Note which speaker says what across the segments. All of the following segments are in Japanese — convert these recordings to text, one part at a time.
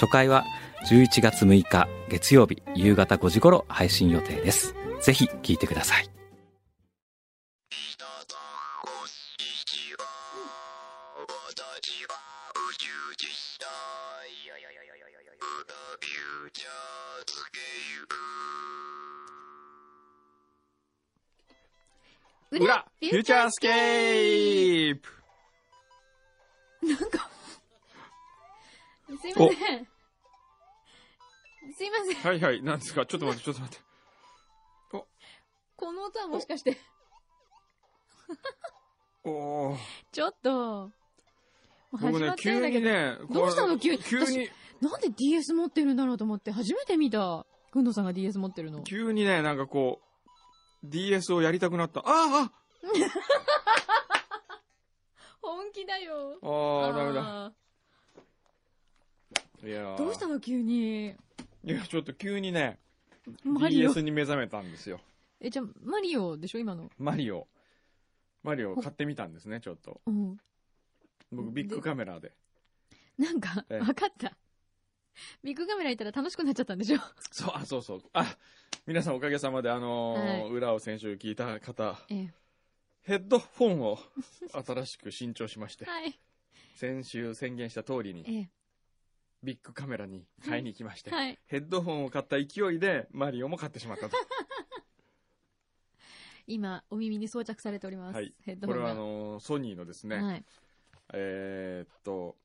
Speaker 1: 初回は11月6日月曜日夕方5時頃配信予定ですぜひ聞いてください
Speaker 2: 裏フューチャースケープ
Speaker 3: なんかすいません。すいません。
Speaker 2: はいはい、なんですかちょっと待って、ちょっと待って。
Speaker 3: この歌はもしかして、
Speaker 2: おー。
Speaker 3: ちょっと、もう始
Speaker 2: 僕
Speaker 3: ま
Speaker 2: ね
Speaker 3: っ、てん
Speaker 2: 急
Speaker 3: だけ
Speaker 2: に
Speaker 3: ど、
Speaker 2: ね、こ
Speaker 3: どうしたの急に
Speaker 2: 急に、
Speaker 3: なんで DS 持ってるんだろうと思って、初めて見た。くんどうさんが DS 持ってるの。
Speaker 2: 急にね、なんかこう、DS をやりたくなった。あーあ
Speaker 3: 本気だよ。
Speaker 2: ああー、ダメだ。
Speaker 3: あ
Speaker 2: いや
Speaker 3: ー
Speaker 2: ー
Speaker 3: どうしたの急に。
Speaker 2: いや、ちょっと急にね、
Speaker 3: マリオ
Speaker 2: DS。に目覚めたんですよ。
Speaker 3: え、じゃあ、マリオでしょ今の。
Speaker 2: マリオ。マリオを買ってみたんですね、ちょっと。
Speaker 3: うん。
Speaker 2: 僕、ビッグカメラで。
Speaker 3: なんか、
Speaker 2: ええ
Speaker 3: わかった。ビッグカメラいたら楽しくなっちゃったんでしょ
Speaker 2: そう、あ、そうそう。あ、皆さんおかげさまで、あのー
Speaker 3: はい
Speaker 2: 裏を先週聞いた方、
Speaker 3: ええ。
Speaker 2: ヘッドフォンを新しく新調しまして、
Speaker 3: はい。
Speaker 2: 先週宣言した通りに、
Speaker 3: え
Speaker 2: ビッグカメラに買いに行きまして、
Speaker 3: え。はい。
Speaker 2: ヘッドホンを買った勢いで、マリオも買ってしまっ たと。
Speaker 3: 今、お耳に装着されております。
Speaker 2: はい
Speaker 3: ヘッド
Speaker 2: こ
Speaker 3: ホン
Speaker 2: れはあ
Speaker 3: が。
Speaker 2: のーソニーのですね、
Speaker 3: はい。
Speaker 2: えーっと、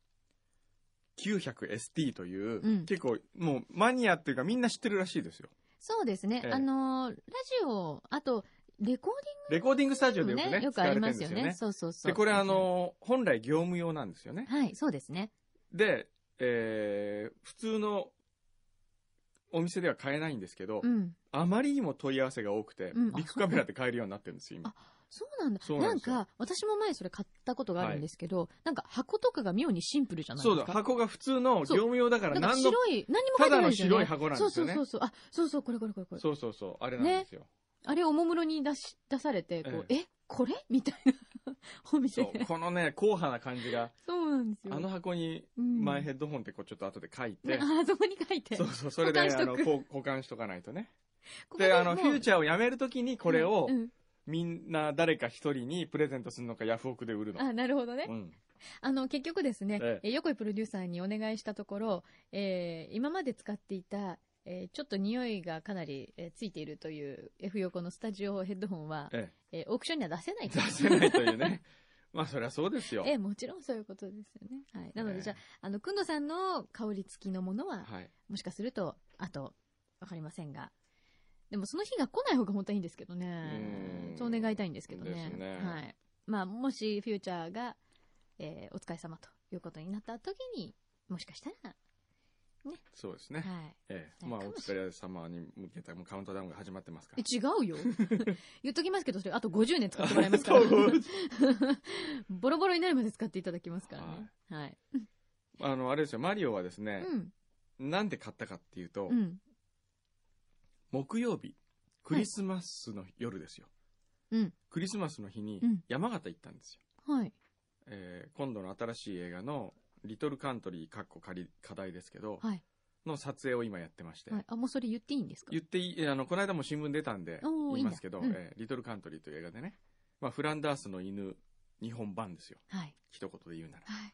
Speaker 2: 900ST という、
Speaker 3: うん
Speaker 2: 結構もうマニアっていうかみんな知ってるらしいですよ。
Speaker 3: そうですね。
Speaker 2: ええ
Speaker 3: あのー、ラジオ、あと、レコー
Speaker 2: レコーディングスタジ
Speaker 3: デ
Speaker 2: オで
Speaker 3: ィング
Speaker 2: よ
Speaker 3: も
Speaker 2: くね、
Speaker 3: ね、よく
Speaker 2: 使わ
Speaker 3: あり
Speaker 2: れてる
Speaker 3: ま
Speaker 2: ん
Speaker 3: す
Speaker 2: で
Speaker 3: よ
Speaker 2: すよ
Speaker 3: ね。
Speaker 2: ね。
Speaker 3: そうそうそう。
Speaker 2: で、これあのー本来業務用なんですよね。
Speaker 3: はい、そうですね。
Speaker 2: で、えー普通のお店では買えないんですけど、
Speaker 3: うん。
Speaker 2: あまりにも問い合わせが多くて、
Speaker 3: うんあ
Speaker 2: ビッグカメラで買えるようになってるんですよ、今。
Speaker 3: そうなんだ。
Speaker 2: そうな
Speaker 3: なんん
Speaker 2: ですよ
Speaker 3: か、私も前それ買ったことがあるんですけど、なんか箱とかが妙にシンプルじゃないで
Speaker 2: そ
Speaker 3: す
Speaker 2: う
Speaker 3: か
Speaker 2: だ、。箱が普通の業務用だから
Speaker 3: なんか
Speaker 2: 何の、
Speaker 3: 白い、何も書
Speaker 2: た
Speaker 3: いて
Speaker 2: だ
Speaker 3: ない
Speaker 2: の
Speaker 3: ですよね。
Speaker 2: 白い箱なんですよね
Speaker 3: そ。うそうそう。あ、そうそう、これこれこれこれ。
Speaker 2: そうそうそう、あれなんですよ。
Speaker 3: あれおもむろに出し、出されて、こう、
Speaker 2: え
Speaker 3: えこれ みたいなお店
Speaker 2: そう
Speaker 3: で。
Speaker 2: このね、硬派な感じが、
Speaker 3: そうなんですよ。
Speaker 2: あの箱に、
Speaker 3: うん、
Speaker 2: マイヘッドホンってこうちょっと後で書いて、
Speaker 3: あ、そこに書いて。
Speaker 2: そう そう、それで、あ
Speaker 3: 保管しと
Speaker 2: の、
Speaker 3: く
Speaker 2: こう保管しとかないとね。
Speaker 3: ここ
Speaker 2: で、あの、
Speaker 3: も
Speaker 2: フ
Speaker 3: う
Speaker 2: ューチャーをやめるときにこれを
Speaker 3: う、ん
Speaker 2: みんな誰か一人にプレゼントするのか、ヤフオクで売るの。
Speaker 3: あ、なるほどね
Speaker 2: う。ん。
Speaker 3: あの、結局ですね、
Speaker 2: え
Speaker 3: えー横井プロデューサーにお願いしたところ、えー今まで使っていた、えーちょっと匂いがかなり、えーついているという F 横のスタジオヘッドホンは、
Speaker 2: え
Speaker 3: えーオークションには出せない
Speaker 2: え、出せないというね。 まあ、そりゃそうですよ。
Speaker 3: えーもちろんそういうことですよね。はい。なので、じゃあ、あの、くんどさんの香り付きのものは、
Speaker 2: はい。
Speaker 3: もしかすると、あと、わかりませんが。でも、その日が来ない方が本当はいいんですけど
Speaker 2: う
Speaker 3: ね
Speaker 2: ん。
Speaker 3: そう願いたいんですけどね。
Speaker 2: ですね
Speaker 3: はい。まあ、もし、フューチャーが、えーお疲れ様ということになった時に、もしかしたら、
Speaker 2: そうですね。
Speaker 3: はい。
Speaker 2: ええ、
Speaker 3: ね
Speaker 2: まあ、
Speaker 3: か
Speaker 2: お
Speaker 3: もし
Speaker 2: 疲れ様に向けたもうカウントダウンが始まってますから
Speaker 3: え。違 うよ。言っときますけど、それあと50年使ってもらいますから。ボロボロになるまで使っていただきますからね。はい。
Speaker 2: あの、あれですよ、マリオはですね、
Speaker 3: うん。
Speaker 2: なんで買ったかっていうと、
Speaker 3: うん。
Speaker 2: 木曜日、クリスマスの夜ですよ。
Speaker 3: うん
Speaker 2: クリスマスの日に
Speaker 3: うん
Speaker 2: 山形行ったんですよ。
Speaker 3: はい。
Speaker 2: えー今度の新しい映画の、リトルカントリー、かっこ仮、課題ですけど、
Speaker 3: はい。
Speaker 2: の撮影を今やってまして、
Speaker 3: はい。あ、もうそれ言っていいんですか
Speaker 2: 言っていい、あの、この間も新聞出たんで、
Speaker 3: おー
Speaker 2: 言いますけど、
Speaker 3: いいんだ
Speaker 2: えーリトルカントリーという映画でね、まあ、フランダースの犬、日本版ですよ。
Speaker 3: はい。
Speaker 2: 一言で言うなら。
Speaker 3: はい。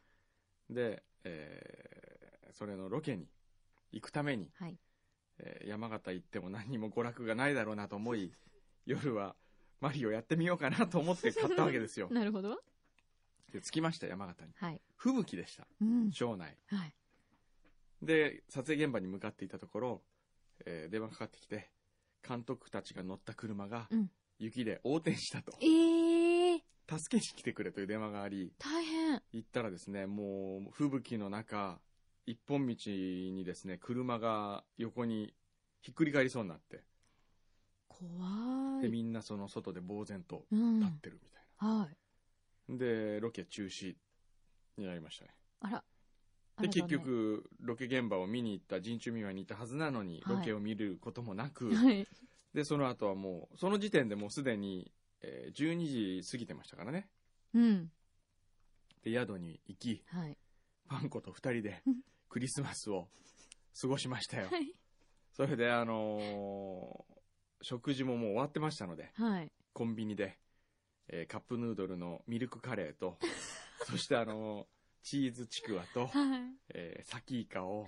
Speaker 2: で、えーそれのロケに行くために、
Speaker 3: はい。。
Speaker 2: えー山形行っても何も娯楽がないだろうなと思い、 夜はマリオやってみようかなと思って買ったわけですよ
Speaker 3: なるほど。
Speaker 2: で、着きました、山形に。
Speaker 3: はい。
Speaker 2: 吹雪でした、
Speaker 3: うん。
Speaker 2: 庄内。
Speaker 3: はい。
Speaker 2: で、撮影現場に向かっていたところ、えー電話かかってきて、監督たちが乗った車が
Speaker 3: うん、
Speaker 2: 雪で横転したと。
Speaker 3: ええー、
Speaker 2: 助けに来てくれという電話があり、
Speaker 3: 大変。
Speaker 2: 行ったらですね、もう、吹雪の中、一本道にですね、車が横にひっくり返りそうになって、
Speaker 3: 怖
Speaker 2: で、
Speaker 3: い。
Speaker 2: みんなその外で呆然と
Speaker 3: う
Speaker 2: 立
Speaker 3: ん
Speaker 2: っ。てるみたい
Speaker 3: はい。
Speaker 2: な。で、ロケ中止になりましたね。
Speaker 3: あら。あ
Speaker 2: で、
Speaker 3: ら
Speaker 2: 結
Speaker 3: 残念。
Speaker 2: 局、ロケ現場を見に行った、陣中見舞いに行ったはずなのに、
Speaker 3: はい
Speaker 2: ロケを見ることもなく、
Speaker 3: はい。
Speaker 2: で、その後はもう、その時点でもうすでに、えー12時過ぎてましたからね。
Speaker 3: うん。
Speaker 2: で、宿に行き、
Speaker 3: はい。
Speaker 2: パンコと二人で
Speaker 3: うん、
Speaker 2: クリスマスを過ごしましたよ。
Speaker 3: はい。
Speaker 2: それで、あのー食事ももう終わってましたので、
Speaker 3: はい。
Speaker 2: コンビニで、えーカップヌードルのミルクカレー と、そしてあのーチーズちくわと、
Speaker 3: はい。
Speaker 2: えーサキイカ を、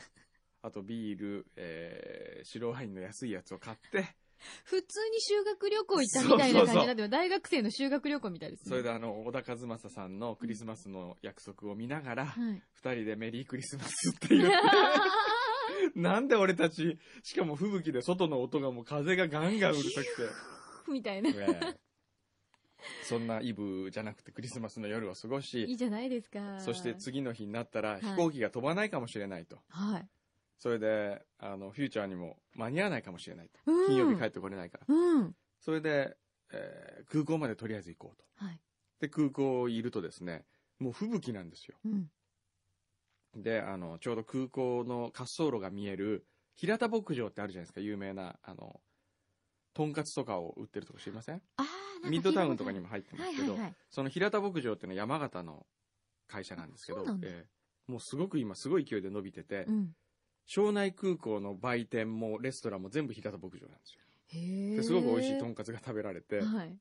Speaker 2: あとビール、えー白ワインの安いやつを買って、
Speaker 3: 普通に修学旅行行ったみたいな感じになってます大学生の修学旅行みたいですね。
Speaker 2: それであの、小田和正さんのクリスマスの約束を見ながら、
Speaker 3: はい。
Speaker 2: 二人でメリークリスマスっ て言って、なんで俺たち、しかも吹雪で外の音がもう風がガンガンうるさ
Speaker 3: みたいな
Speaker 2: く。て、 ええそんなイブじゃなくてクリスマスの夜を過ご
Speaker 3: いい
Speaker 2: し、
Speaker 3: じゃないですか。
Speaker 2: そして次の日になったら
Speaker 3: い
Speaker 2: 飛行機が飛ばないかもしれないと。
Speaker 3: はい。
Speaker 2: それで、あの、フューチャーにも間に合わないかもしれないと。
Speaker 3: うん。
Speaker 2: 金曜日帰ってこれないから。
Speaker 3: うん。
Speaker 2: それで、えー空港までとりあえず行こうと。
Speaker 3: はい。
Speaker 2: で、空港いるとですね、もう吹雪なんですよ。
Speaker 3: うん。
Speaker 2: で、あの、ちょうど空港の滑走路が見える、平田牧場ってあるじゃないですか、有名な、あの、とんかつとかを売ってるとこ知りません
Speaker 3: ああ、
Speaker 2: ミッドタウンとかに
Speaker 3: も。
Speaker 2: も入ってま
Speaker 3: は
Speaker 2: す
Speaker 3: い
Speaker 2: け
Speaker 3: はい
Speaker 2: ど
Speaker 3: は、い。
Speaker 2: その平田牧場っていうのは山形の会社なんですけど
Speaker 3: そうなん、だ
Speaker 2: えーもうすごく今すごい勢いで伸びてて
Speaker 3: う、ん。
Speaker 2: 庄内空港の売店もレストランも全部平田牧場なんですよ。
Speaker 3: へえ。
Speaker 2: ですごく美味しいと
Speaker 3: 思
Speaker 2: んかつが食べられて、
Speaker 3: はい。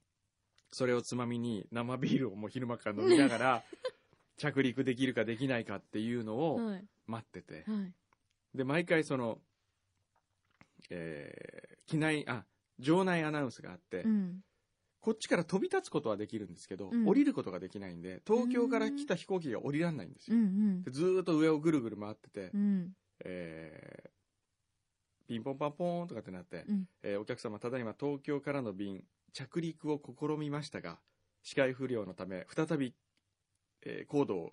Speaker 2: それをつまみに生ビールをもう昼間から飲みながら、 着陸できるかできないかっていうのを
Speaker 3: はい。
Speaker 2: 待ってて。
Speaker 3: はい。
Speaker 2: で、毎回その、えー機内、あ、場内アナウンスがあって、
Speaker 3: うん。
Speaker 2: こっちから飛び立つことはできるんですけど、
Speaker 3: うん
Speaker 2: 降りることができないんで、東京から来た飛行機が降りらんないんです
Speaker 3: う
Speaker 2: よ。
Speaker 3: ん
Speaker 2: でずーっと上をぐるぐる回ってて、
Speaker 3: うん。うん。
Speaker 2: えーピンポンパンポーンとかってなって、
Speaker 3: うん
Speaker 2: えーお客様ただいま東京からの便着陸を試みましたが視界不良のため再び、えー高度を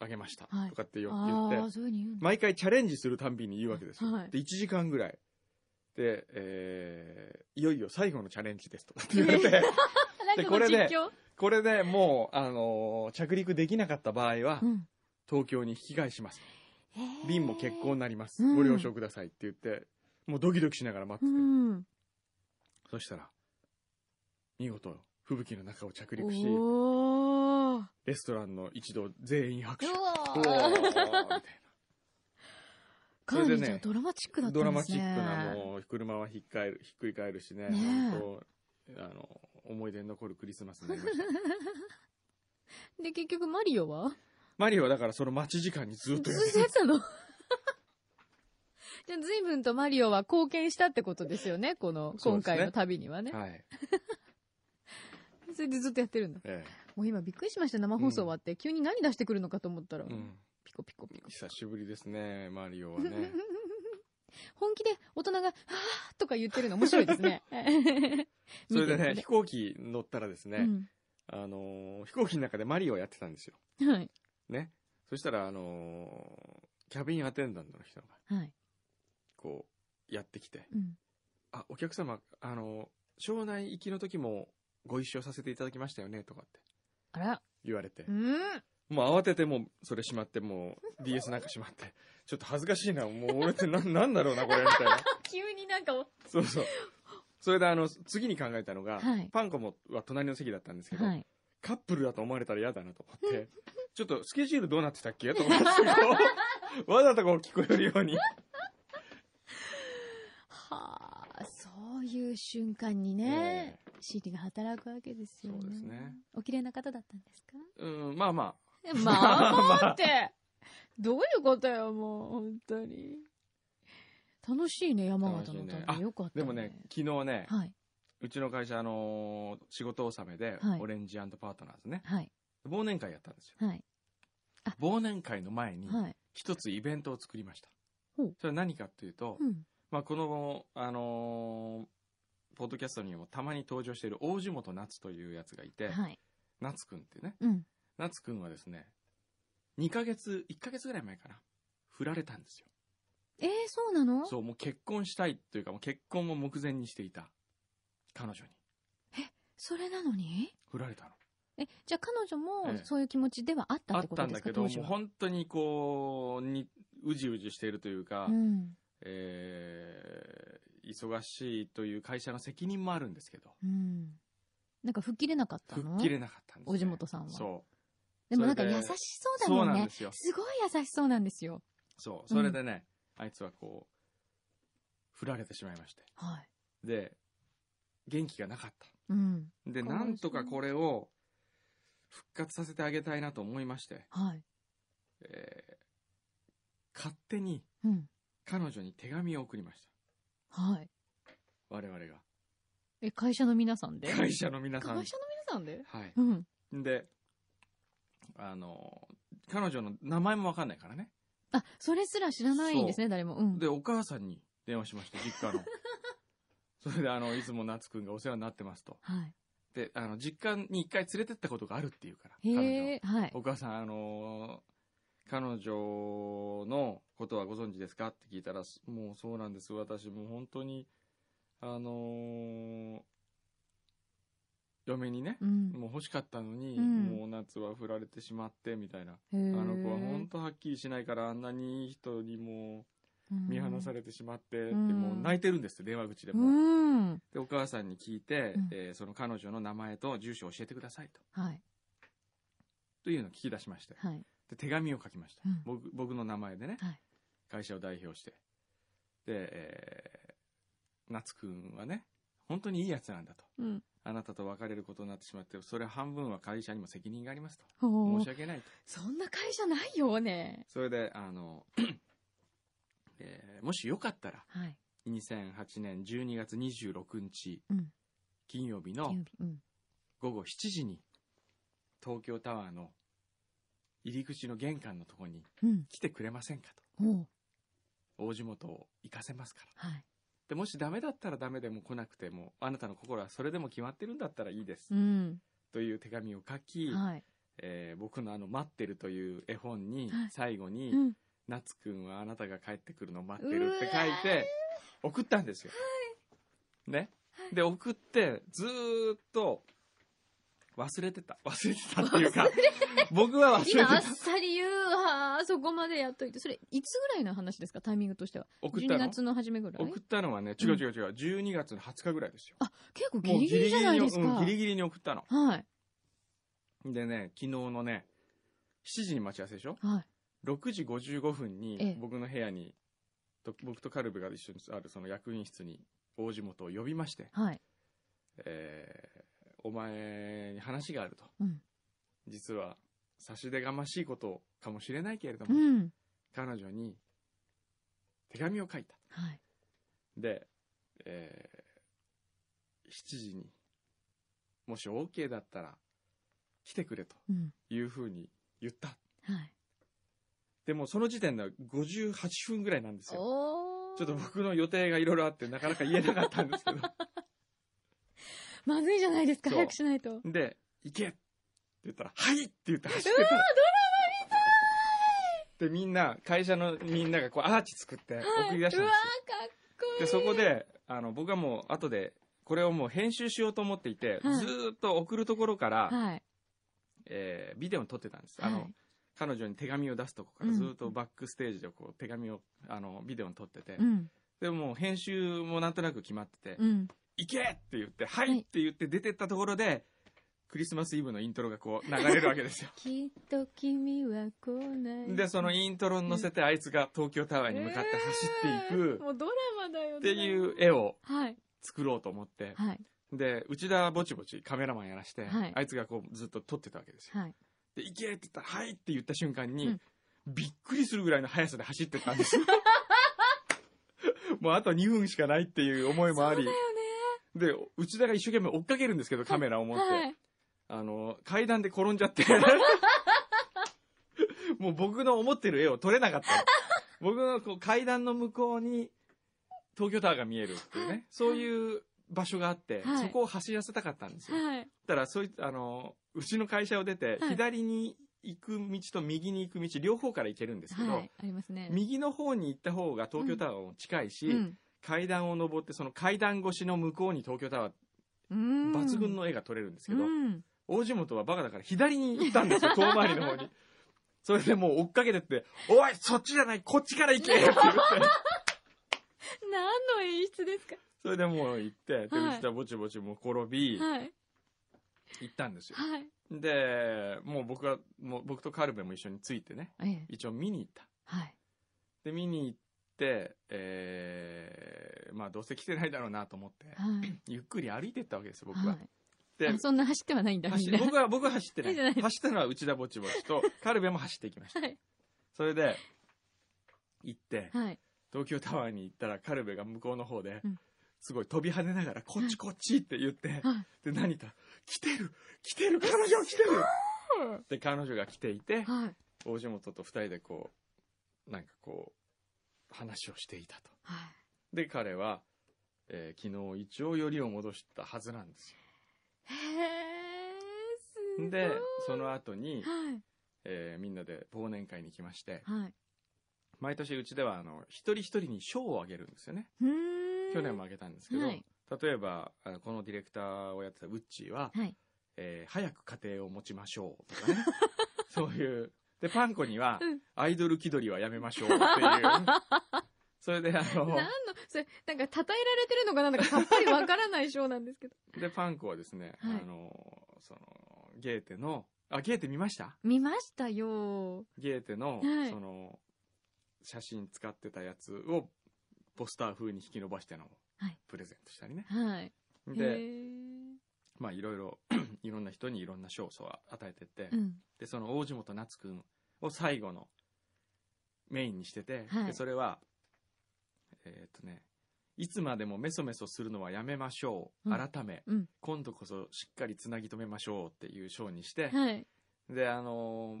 Speaker 2: 上げました、
Speaker 3: はい
Speaker 2: とかってよ言
Speaker 3: あ
Speaker 2: っ
Speaker 3: あ、
Speaker 2: て
Speaker 3: そういうふうに言うんだ。
Speaker 2: 毎回チャレンジするたんびに言うわけですよ、
Speaker 3: はい
Speaker 2: で1時間ぐらいで、えーいよいよ最後のチャレンジですとかって言われて
Speaker 3: なんか
Speaker 2: こ
Speaker 3: の
Speaker 2: れ で
Speaker 3: 実況
Speaker 2: これでもう、あのー着陸できなかった場合は、
Speaker 3: うん。
Speaker 2: 東京に引き返します
Speaker 3: へー
Speaker 2: 便も欠航になります、
Speaker 3: うん
Speaker 2: ご了承くださいって言ってもうドキドキしながら待って
Speaker 3: う
Speaker 2: て、
Speaker 3: ん。
Speaker 2: そしたら見事吹雪の中を着陸し
Speaker 3: おー。
Speaker 2: レストランの一同全員拍手
Speaker 3: うわー
Speaker 2: うわ ーみたいな
Speaker 3: かなりじゃあドラマチックだった
Speaker 2: ドラ
Speaker 3: んで
Speaker 2: マ
Speaker 3: す
Speaker 2: チ
Speaker 3: ね。
Speaker 2: ックなもう車はひっかえるひっくり返るしね
Speaker 3: ねえ
Speaker 2: 本当あの思い出に残るクリスマスになりました
Speaker 3: で、結局マリオは
Speaker 2: マリオはだからその待ち時間にずっと
Speaker 3: ず
Speaker 2: や
Speaker 3: っ
Speaker 2: って
Speaker 3: とや
Speaker 2: る
Speaker 3: ってたの じゃあ、随分とマリオは貢献したってことですよね、この、
Speaker 2: そう
Speaker 3: 今
Speaker 2: ですね
Speaker 3: 回の旅にはね。
Speaker 2: はい、
Speaker 3: それでずっとやってるんだ。
Speaker 2: え
Speaker 3: もう今びっくりしました、生放送終わって。急に何出してくるのかと思ったら、
Speaker 2: えうん、
Speaker 3: ピコピコピコ。
Speaker 2: 久しぶりですねマリオ はね
Speaker 3: 本気で大人が、はぁとか言ってるの面白いです ね。
Speaker 2: それでね
Speaker 3: 見て
Speaker 2: 飛行機乗ったらですね、
Speaker 3: るとね
Speaker 2: あのー飛行機の中でマリオやってたんですよ。
Speaker 3: うん。はい。
Speaker 2: ね。そしたら、あのーキャビンアテンダントの人が、
Speaker 3: はい。
Speaker 2: こう、やってきて、
Speaker 3: うん。
Speaker 2: あ、お客様、あのー庄内行きの時もご一緒させていただきましたよね、とかって
Speaker 3: あら。
Speaker 2: 言われて
Speaker 3: う、ん。
Speaker 2: もう慌ててもう、それしまって、もう、DS なんかしまって、ちょっと恥ずかしいな、もう俺ってな、なんだろうな、これ、みたいな。
Speaker 3: 急になんか、
Speaker 2: そうそう。それで、あの、次に考えたのが、
Speaker 3: はい
Speaker 2: パンコもは隣の席だったんですけど、
Speaker 3: はい。
Speaker 2: カップルだと思われたら嫌だなと思って、ちょっとスケジュールどうなってたっけと 思って、こうわざとこう聞こえるよ うに。
Speaker 3: はあ、そういう瞬間にね、心理が働くわけですよね。
Speaker 2: そうですね。
Speaker 3: お綺麗な方だったんですか
Speaker 2: うん、まあま
Speaker 3: えまあまあって、どういうことよ、もう、本当に。楽しいね、山形の旅。
Speaker 2: 楽しいね
Speaker 3: よかっ
Speaker 2: あ。
Speaker 3: た、
Speaker 2: でもね、昨日ね、
Speaker 3: はい、
Speaker 2: うちの会社、あのー仕事納めで、
Speaker 3: はい
Speaker 2: オレンジパートナーズね、
Speaker 3: はい、
Speaker 2: 忘年会やったんですよ。
Speaker 3: はい、
Speaker 2: 忘年会の前に、
Speaker 3: はい。
Speaker 2: 一つイベントを作りました。
Speaker 3: ほう
Speaker 2: それは何かというと、
Speaker 3: うん。
Speaker 2: まあ、この、あのーポッドキャストにもたまに登場している大地元夏というやつがいて、
Speaker 3: はい。
Speaker 2: 夏くんっていうね、
Speaker 3: うん。
Speaker 2: 夏くんはですね、2ヶ月、1ヶ月ぐらい前かな。振られたんですよ。
Speaker 3: えー、そうなの
Speaker 2: そう、もう結婚したいというか、もう結婚も目前にしていた。彼女に。
Speaker 3: それなのに
Speaker 2: 振られたの。
Speaker 3: え、じゃあ彼女も
Speaker 2: ええ
Speaker 3: そういう気持ちではあった
Speaker 2: あ
Speaker 3: って
Speaker 2: っ
Speaker 3: こと
Speaker 2: たん
Speaker 3: で
Speaker 2: だ
Speaker 3: すか、
Speaker 2: けど、
Speaker 3: 当
Speaker 2: も
Speaker 3: 時
Speaker 2: う
Speaker 3: は
Speaker 2: 本当にこう、に、うじうじしているというか、
Speaker 3: うん。
Speaker 2: えー忙しいという会社の責任もあるんですけど、
Speaker 3: うん。なんか吹っ切れなかった
Speaker 2: 吹
Speaker 3: の
Speaker 2: っ切れなかったんです、ね。
Speaker 3: お地元さんは
Speaker 2: そ
Speaker 3: でもなんか
Speaker 2: それで
Speaker 3: 優しそう
Speaker 2: う。
Speaker 3: だ
Speaker 2: そ
Speaker 3: も
Speaker 2: うんなん
Speaker 3: ね
Speaker 2: で。すよ。
Speaker 3: すごい優しそうなんですよ。
Speaker 2: そう。それでね、あいつはこう、振られてしまいまして。
Speaker 3: はい。
Speaker 2: で、元気がなかっ
Speaker 3: うん。
Speaker 2: た。で、
Speaker 3: かわい
Speaker 2: な
Speaker 3: そうん
Speaker 2: とかこれを復活させてあげたいなと思いまして、
Speaker 3: はい。
Speaker 2: えー勝手に
Speaker 3: うん。
Speaker 2: 彼女に手紙を送りました。
Speaker 3: はい。
Speaker 2: 我々が。
Speaker 3: え、会社の皆さんで
Speaker 2: 会社の皆さん
Speaker 3: 会。社の皆さんで
Speaker 2: はい。
Speaker 3: うん。
Speaker 2: で、あの、彼女の名前もわかんないからね。
Speaker 3: あ、それすら知らないんですね、誰も。うん。
Speaker 2: で、お母さんに電話しました、実 家の。それで、あの、いつも夏くんがお世話になってますと。
Speaker 3: はい。
Speaker 2: で、あの、実家に一回連れてったことがあるっていうから、彼
Speaker 3: へ
Speaker 2: 女。
Speaker 3: え、はい。
Speaker 2: お母さん、あのー彼女のことはご存知ですかって聞いたら、すもうそうなんです。私もう本当に、あのー嫁にね、
Speaker 3: うん。
Speaker 2: もう欲しかったのに、
Speaker 3: うん
Speaker 2: もう夏は振られてしまって、みたいな。
Speaker 3: あ
Speaker 2: あの子は本当はっきりしないから、あんなにいい人にも見放されてしまって、
Speaker 3: ん
Speaker 2: でもう泣いてるんですって電話口で
Speaker 3: う
Speaker 2: も。
Speaker 3: ん。うん
Speaker 2: で、お母さんに聞いて、
Speaker 3: うん
Speaker 2: えーその彼女の名前と住所を教えてくださいと。
Speaker 3: はい。
Speaker 2: というのを聞き出しまして。
Speaker 3: はい。
Speaker 2: で、手紙を書きました。
Speaker 3: うん
Speaker 2: 僕僕の名前でね、
Speaker 3: はい
Speaker 2: 会社を代表して。で、えー、夏くんはね、本当にいいやつなんだと。
Speaker 3: うん。
Speaker 2: あなたと別れることになってしまって、それは半分は会社にも責任がありますと。
Speaker 3: ほ
Speaker 2: 申
Speaker 3: う
Speaker 2: し。訳ないと。
Speaker 3: そんな会社ないよね。
Speaker 2: それで、あの、 えーもしよかったら、
Speaker 3: はい。
Speaker 2: 2008年12月26日、
Speaker 3: うん
Speaker 2: 金曜日
Speaker 3: 金
Speaker 2: の
Speaker 3: 曜日。うん。
Speaker 2: 午後7時に、東京タワーの入り口の玄関のところに
Speaker 3: うん。
Speaker 2: 来てくれませんかと。
Speaker 3: ほう。
Speaker 2: 大地元を行かせますから。
Speaker 3: はい。
Speaker 2: で、もしダメだったらダメでも来なくても、あなたの心はそれでも決まってるんだったらいいです。
Speaker 3: うん。
Speaker 2: という手紙を書き、
Speaker 3: はい。
Speaker 2: えー僕のあの、待ってるという絵本に
Speaker 3: はい、
Speaker 2: 最後に、
Speaker 3: うん。
Speaker 2: 夏くんはあなたが帰ってくるのを待ってるって書いて、送ったんですよ。ね。で、送って、ずーっと、忘れてた。忘れてたっていうか、僕は忘れ
Speaker 3: 今あって
Speaker 2: た。
Speaker 3: さり言うわ。そこまでやっといて。それ、いつぐらいの話ですかタイミングとしては。
Speaker 2: 送った
Speaker 3: 12
Speaker 2: の
Speaker 3: 月の初めぐらい
Speaker 2: 送ったのはね、違う違う違う、12月の20日ぐらいですよ。
Speaker 3: 結構ギ
Speaker 2: もう
Speaker 3: リギリじゃないです
Speaker 2: ギリギリにうん
Speaker 3: か
Speaker 2: ギ。リギリに送ったの。
Speaker 3: はい。
Speaker 2: でね、昨日のね、7時に待ち合わせでしょ
Speaker 3: はい。
Speaker 2: ?6 時55分
Speaker 3: え
Speaker 2: に
Speaker 3: え
Speaker 2: 僕の部屋に、と僕とカルブが一緒にあるその役員室に大地元を呼びまして、
Speaker 3: はい。
Speaker 2: えーお前に話があると。
Speaker 3: うん。
Speaker 2: 実は、差し出がましいことかもしれないけれど
Speaker 3: う
Speaker 2: も、
Speaker 3: ん。
Speaker 2: 彼女に手紙を書いた。
Speaker 3: はい。
Speaker 2: で、えー7時に、もし OK だったら来てくれと
Speaker 3: うん。
Speaker 2: いうふうに言った。
Speaker 3: はい。
Speaker 2: でもその時点では58分ぐらいなんですよ。
Speaker 3: おー
Speaker 2: ちょっと僕の予定がいろいろあってなかなか言えなかったんですけど。
Speaker 3: まずいじゃないですか。
Speaker 2: そう
Speaker 3: 早くしないと。
Speaker 2: で、行けって言ったら、はいって言って走ってた。で、みんな、会社のみんながこうアーチ作って送り出した
Speaker 3: うわー、か
Speaker 2: んですよ。
Speaker 3: っこいい。
Speaker 2: で、そこで、あの、僕はもう後で、これをもう編集しようと思っていて、
Speaker 3: はい
Speaker 2: ずーっと送るところから、
Speaker 3: はい。
Speaker 2: えービデオに撮ってたんです。あ
Speaker 3: は
Speaker 2: の
Speaker 3: い、。
Speaker 2: 彼女に手紙を出すとこからずーっ
Speaker 3: う
Speaker 2: と
Speaker 3: ん
Speaker 2: バックステージでこう手紙を、あの、ビデオに撮ってて、
Speaker 3: うん。
Speaker 2: でもう編集もなんとなく決まってて、
Speaker 3: うん。
Speaker 2: 行けって言って、は
Speaker 3: はいい。
Speaker 2: って言って出てったところで、クリスマスイブのイントロがこう流れるわけですよ
Speaker 3: きっと君は来ない。
Speaker 2: で、そのイントロに乗せてあいつが東京タワーに向かって走ってい
Speaker 3: えー
Speaker 2: く
Speaker 3: もうドラマだよ
Speaker 2: っていう。絵を
Speaker 3: はい。
Speaker 2: 作ろうと思って、
Speaker 3: はい。
Speaker 2: で、内田ぼちぼちカメラマンやらして、
Speaker 3: はい
Speaker 2: あいつがこうずっと撮ってたわけですよ。
Speaker 3: はい。
Speaker 2: で、行けって言ったら、はいって言った瞬間に、
Speaker 3: うん
Speaker 2: びっくりするぐらいの速さで走ってった んですよ。もうあと2分しかないっていう思いもあり、で、内田が一生懸命追っかけるんですけど、カメラを持って。
Speaker 3: はい。
Speaker 2: あの、階段で転んじゃ って。もう僕の思ってる絵を撮れなかった。僕のこう階段の向こうに東京タワーが見えるっていうね。そういう場所があって、
Speaker 3: はい
Speaker 2: そこを走らせたかったんですよ。
Speaker 3: はい。
Speaker 2: だから、そういあの、うちの会社を出て、
Speaker 3: はい
Speaker 2: 左に行く道と右に行く道、両方から行けるんですけど、
Speaker 3: はい、ありますね。
Speaker 2: 右の方に行った方が東京タワーも近いし、
Speaker 3: うん
Speaker 2: 階段を登って、その階段越しの向こうに東京タワー、
Speaker 3: うん
Speaker 2: 抜群の絵が撮れるんですけど、
Speaker 3: うん
Speaker 2: 大地元はバカだから左に行った んですよ、遠回りの方に。それでもう追っかけてって、おい、そっちじゃない、こっちから行けって言って、
Speaker 3: 何の演出ですか
Speaker 2: それでもう行って、で、
Speaker 3: はいう
Speaker 2: ちはぼちぼちもう転び、
Speaker 3: はい。
Speaker 2: 行ったんですよ。
Speaker 3: はい。
Speaker 2: で、もう僕は、もう僕とカルベも一緒についてね、
Speaker 3: ええ。
Speaker 2: 一応見に行った。
Speaker 3: はい。
Speaker 2: で、見に行って、えー、まあどうせ来てないだろうなと思って、
Speaker 3: はい。
Speaker 2: ゆっくり歩いてったわけですよ、僕
Speaker 3: は
Speaker 2: は。
Speaker 3: い
Speaker 2: で
Speaker 3: あ、そんな走ってはないんだ、みん
Speaker 2: 走
Speaker 3: な。
Speaker 2: 僕は、僕は走ってな
Speaker 3: 走ってない
Speaker 2: い。
Speaker 3: です
Speaker 2: 走ったのは内田ぼちぼちと、カルベも走っていきました。
Speaker 3: はい。
Speaker 2: それで、行って、
Speaker 3: はい。
Speaker 2: 東京タワーに行ったらカルベが向こうの方で、
Speaker 3: うん
Speaker 2: すごい飛び跳ねながら、こっちこっちって言って、
Speaker 3: は
Speaker 2: で、何か、来てる来てる彼女来てるで、彼女が来ていて
Speaker 3: い。、はい。
Speaker 2: 大地元と二人でこう、なんかこう、話をしていたと。
Speaker 3: はい
Speaker 2: で、彼は、えー昨日一応よりを戻したはずなんです
Speaker 3: へえ、すごい。
Speaker 2: よ。で、その後に、
Speaker 3: はい。
Speaker 2: えーみんなで忘年会に来まして、
Speaker 3: はい。
Speaker 2: 毎年うちでは、あの、一人一人に賞をあげるんですよね。
Speaker 3: うーん
Speaker 2: 去年もあげたんですけど、
Speaker 3: はい
Speaker 2: 例えば、あこのディレクターをやってたウッチーは、
Speaker 3: はい。
Speaker 2: えー早く家庭を持ちましょうとか ね。そういう。で、パンコには、
Speaker 3: うん
Speaker 2: アイドル気取りはやめましょう っていう。それで、あ
Speaker 3: 何
Speaker 2: の、
Speaker 3: の、それ、なんか、称えられてるのかなんだか、さっぱりわからない賞なんですけど。
Speaker 2: で、パンコはですね、
Speaker 3: はい
Speaker 2: あの、その、ゲーテの、あ、ゲーテ見ました
Speaker 3: 見ましたよ。
Speaker 2: ゲーテの、
Speaker 3: はい
Speaker 2: その、写真使ってたやつを、ポスター風に引き伸ばしての
Speaker 3: はい、
Speaker 2: プレゼントしたりね。
Speaker 3: はい。
Speaker 2: で、
Speaker 3: へ
Speaker 2: まあいろい ろ、いろんな人にいろんな賞をそう与えてって、
Speaker 3: ーうん。
Speaker 2: で、その大地元夏くんを最後のメインにしてて、
Speaker 3: はい
Speaker 2: でそれは、えーっとね、いつまでもメソメソするのはやめましょう。
Speaker 3: うん
Speaker 2: 改め、
Speaker 3: うん
Speaker 2: 今度こそしっかりつなぎ止めましょうっていう章にして、
Speaker 3: はい。
Speaker 2: で、あのー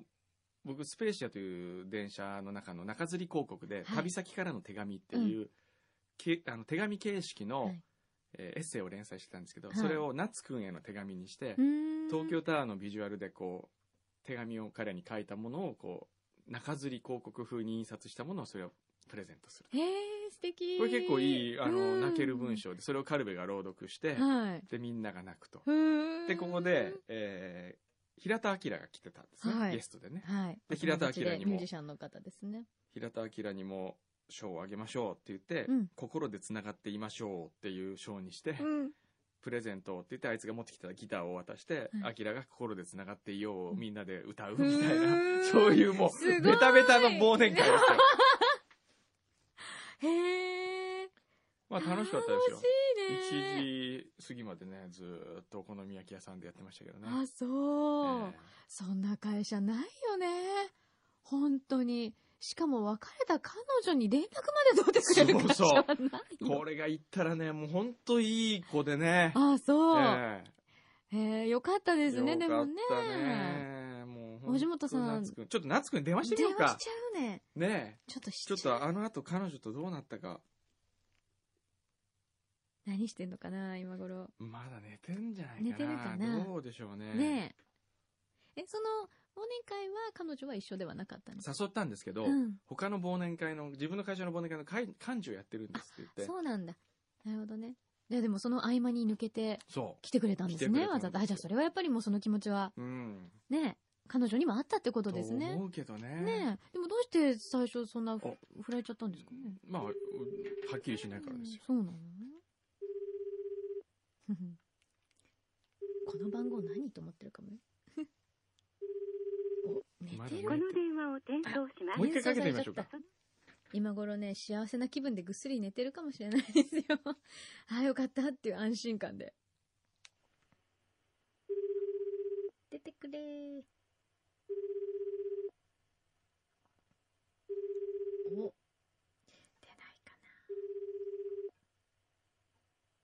Speaker 2: 僕、スペーシアという電車の中の中吊り広告で、
Speaker 3: はい
Speaker 2: 旅先からの手紙っていう、けあの手紙形式の、
Speaker 3: はい
Speaker 2: えーエッセイを連載してたんですけど、
Speaker 3: はい
Speaker 2: それを夏くんへの手紙にして、
Speaker 3: うーん
Speaker 2: 東京タワーのビジュアルでこう、手紙を彼に書いたものをこう、中吊り広告風に印刷したものをそれをプレゼントする。
Speaker 3: へえー、素敵。
Speaker 2: これ結構いい、あ
Speaker 3: う
Speaker 2: の、
Speaker 3: ん
Speaker 2: 泣ける文。章で、それをカルベが朗読して、
Speaker 3: はい。
Speaker 2: で、みんなが泣くと。
Speaker 3: ふーん
Speaker 2: で、ここで、、えー平田明が来てたんですね、
Speaker 3: はい
Speaker 2: ゲストでね。
Speaker 3: はい。
Speaker 2: で平田明に
Speaker 3: ミ
Speaker 2: も
Speaker 3: ュージシャンの方ですね。
Speaker 2: 平田明にも賞をあげましょうって言って、
Speaker 3: うん
Speaker 2: 心でつながっていましょうっていう賞にして、
Speaker 3: うん。
Speaker 2: プレゼントって言ってあいつが持ってきたギターを渡して、
Speaker 3: は
Speaker 2: アキラが心でつながっていようをみんなで歌う
Speaker 3: う
Speaker 2: みたいな
Speaker 3: ーん、
Speaker 2: そういうも、
Speaker 3: すごいう
Speaker 2: ベタベタの忘年 会ですよ。
Speaker 3: へえ。
Speaker 2: まあ楽しかったですよ
Speaker 3: 楽。しいね。
Speaker 2: 1時過ぎまでね、ずーっとお好み焼き屋さんでやってましたけどね。
Speaker 3: あ、そう、
Speaker 2: え
Speaker 3: そんな会社ないよね。本当に。しかも別れた彼女に連絡まで取ってくれる会社はないよ。
Speaker 2: えこれが行ったらね、もうほんといい子でね。
Speaker 3: あ、そう。
Speaker 2: え
Speaker 3: へえ、よかったで
Speaker 2: え
Speaker 3: すね、で
Speaker 2: よか
Speaker 3: も
Speaker 2: っ
Speaker 3: ね。
Speaker 2: たね。もうほんと
Speaker 3: 藤本さん
Speaker 2: 夏くちょっと夏くんに電話してみ
Speaker 3: 電
Speaker 2: よう
Speaker 3: 話
Speaker 2: か
Speaker 3: し。ちゃうね。
Speaker 2: ねえ。
Speaker 3: ちょっとし
Speaker 2: ちょっ
Speaker 3: ちゃう
Speaker 2: とあの後彼女とどうなったか、
Speaker 3: 何してんのかな、今頃。
Speaker 2: まだ寝てんじゃないかな。
Speaker 3: 寝てるかな
Speaker 2: どうでしょうね。
Speaker 3: ねえ。え、その、忘年会は彼女は一緒ではなかったんですか
Speaker 2: 誘ったんですけど、
Speaker 3: うん。
Speaker 2: 他の忘年会の、自分の会社の忘年会の会幹事をやってるんですって言って。
Speaker 3: そうなんだ。なるほどね。いや、でもその合間に抜けて
Speaker 2: そ
Speaker 3: 来てくれたんです
Speaker 2: 来てく
Speaker 3: ね、
Speaker 2: れたん
Speaker 3: わ
Speaker 2: です
Speaker 3: ざ
Speaker 2: よ
Speaker 3: と。あ、じゃあそれはやっぱりもうその気持ちは、
Speaker 2: う。うん。
Speaker 3: ねえ、彼女にもあったってことです
Speaker 2: と
Speaker 3: ね
Speaker 2: 思。うけどね。
Speaker 3: ねえ。でもどうして最初そんなふ振られちゃったんですかね。
Speaker 2: まあ、うはっきりしないからですよ。
Speaker 3: そうなの この番号何と思ってるかもね。 お、寝てる
Speaker 2: ま
Speaker 4: こ
Speaker 2: だ
Speaker 4: の
Speaker 2: ね
Speaker 4: 電話を転送します
Speaker 2: もう。一回かけてみましょうか。
Speaker 3: 今頃ね、幸せな気分でぐっすり寝てるかもしれないですよ。 ああ、よかったっていう安心感で。出てくれー。お、出ないか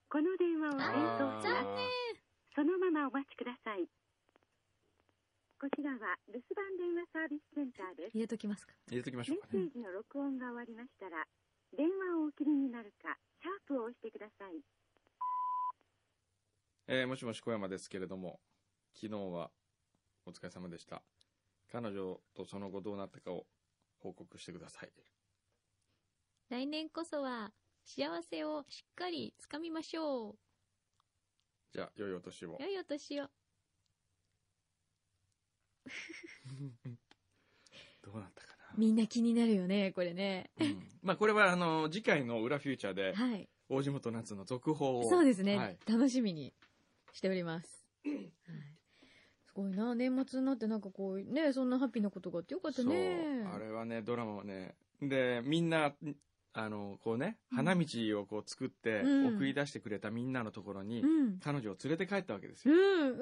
Speaker 4: この電話を転送します。
Speaker 3: 残
Speaker 4: そのままお待ちください。こちらは留守番電話サービスセンターです
Speaker 3: な。。入れときますか。
Speaker 2: 入れときましょ
Speaker 4: メ
Speaker 2: う
Speaker 4: ッ
Speaker 2: か
Speaker 4: セ
Speaker 2: ね。
Speaker 4: ージの録音が終わりましたら、電話をお切りになるか、シャープを押してください。
Speaker 2: えーもしもし小山ですけれども、昨日はお疲れ様でした。彼女とその後どうなったかを報告してください。
Speaker 5: 来年こそは幸せをしっかりつかみましょう。
Speaker 2: じゃあ、良いお年を
Speaker 5: 良。いお年を。
Speaker 2: どうなったかな。
Speaker 3: みんな気になるよね、これね。
Speaker 2: うんまあ、これは、あの、次回の裏フューチャーで、
Speaker 3: はい。
Speaker 2: 大地元夏の続報を。
Speaker 3: そうですね、
Speaker 2: はい
Speaker 3: 楽しみにしております。はいすごいな、年末になってなんかこう、ね、そんなハッピーなことがあってよかった
Speaker 2: そう。
Speaker 3: ね。
Speaker 2: あれはね、ドラマはね。で、みんな、あの、こうね、花道をこう作って、
Speaker 3: うん
Speaker 2: 送り出してくれたみんなのところに
Speaker 3: う、ん。
Speaker 2: 彼女を連れて帰ったわけです
Speaker 3: う
Speaker 2: よ。
Speaker 3: ん。うわー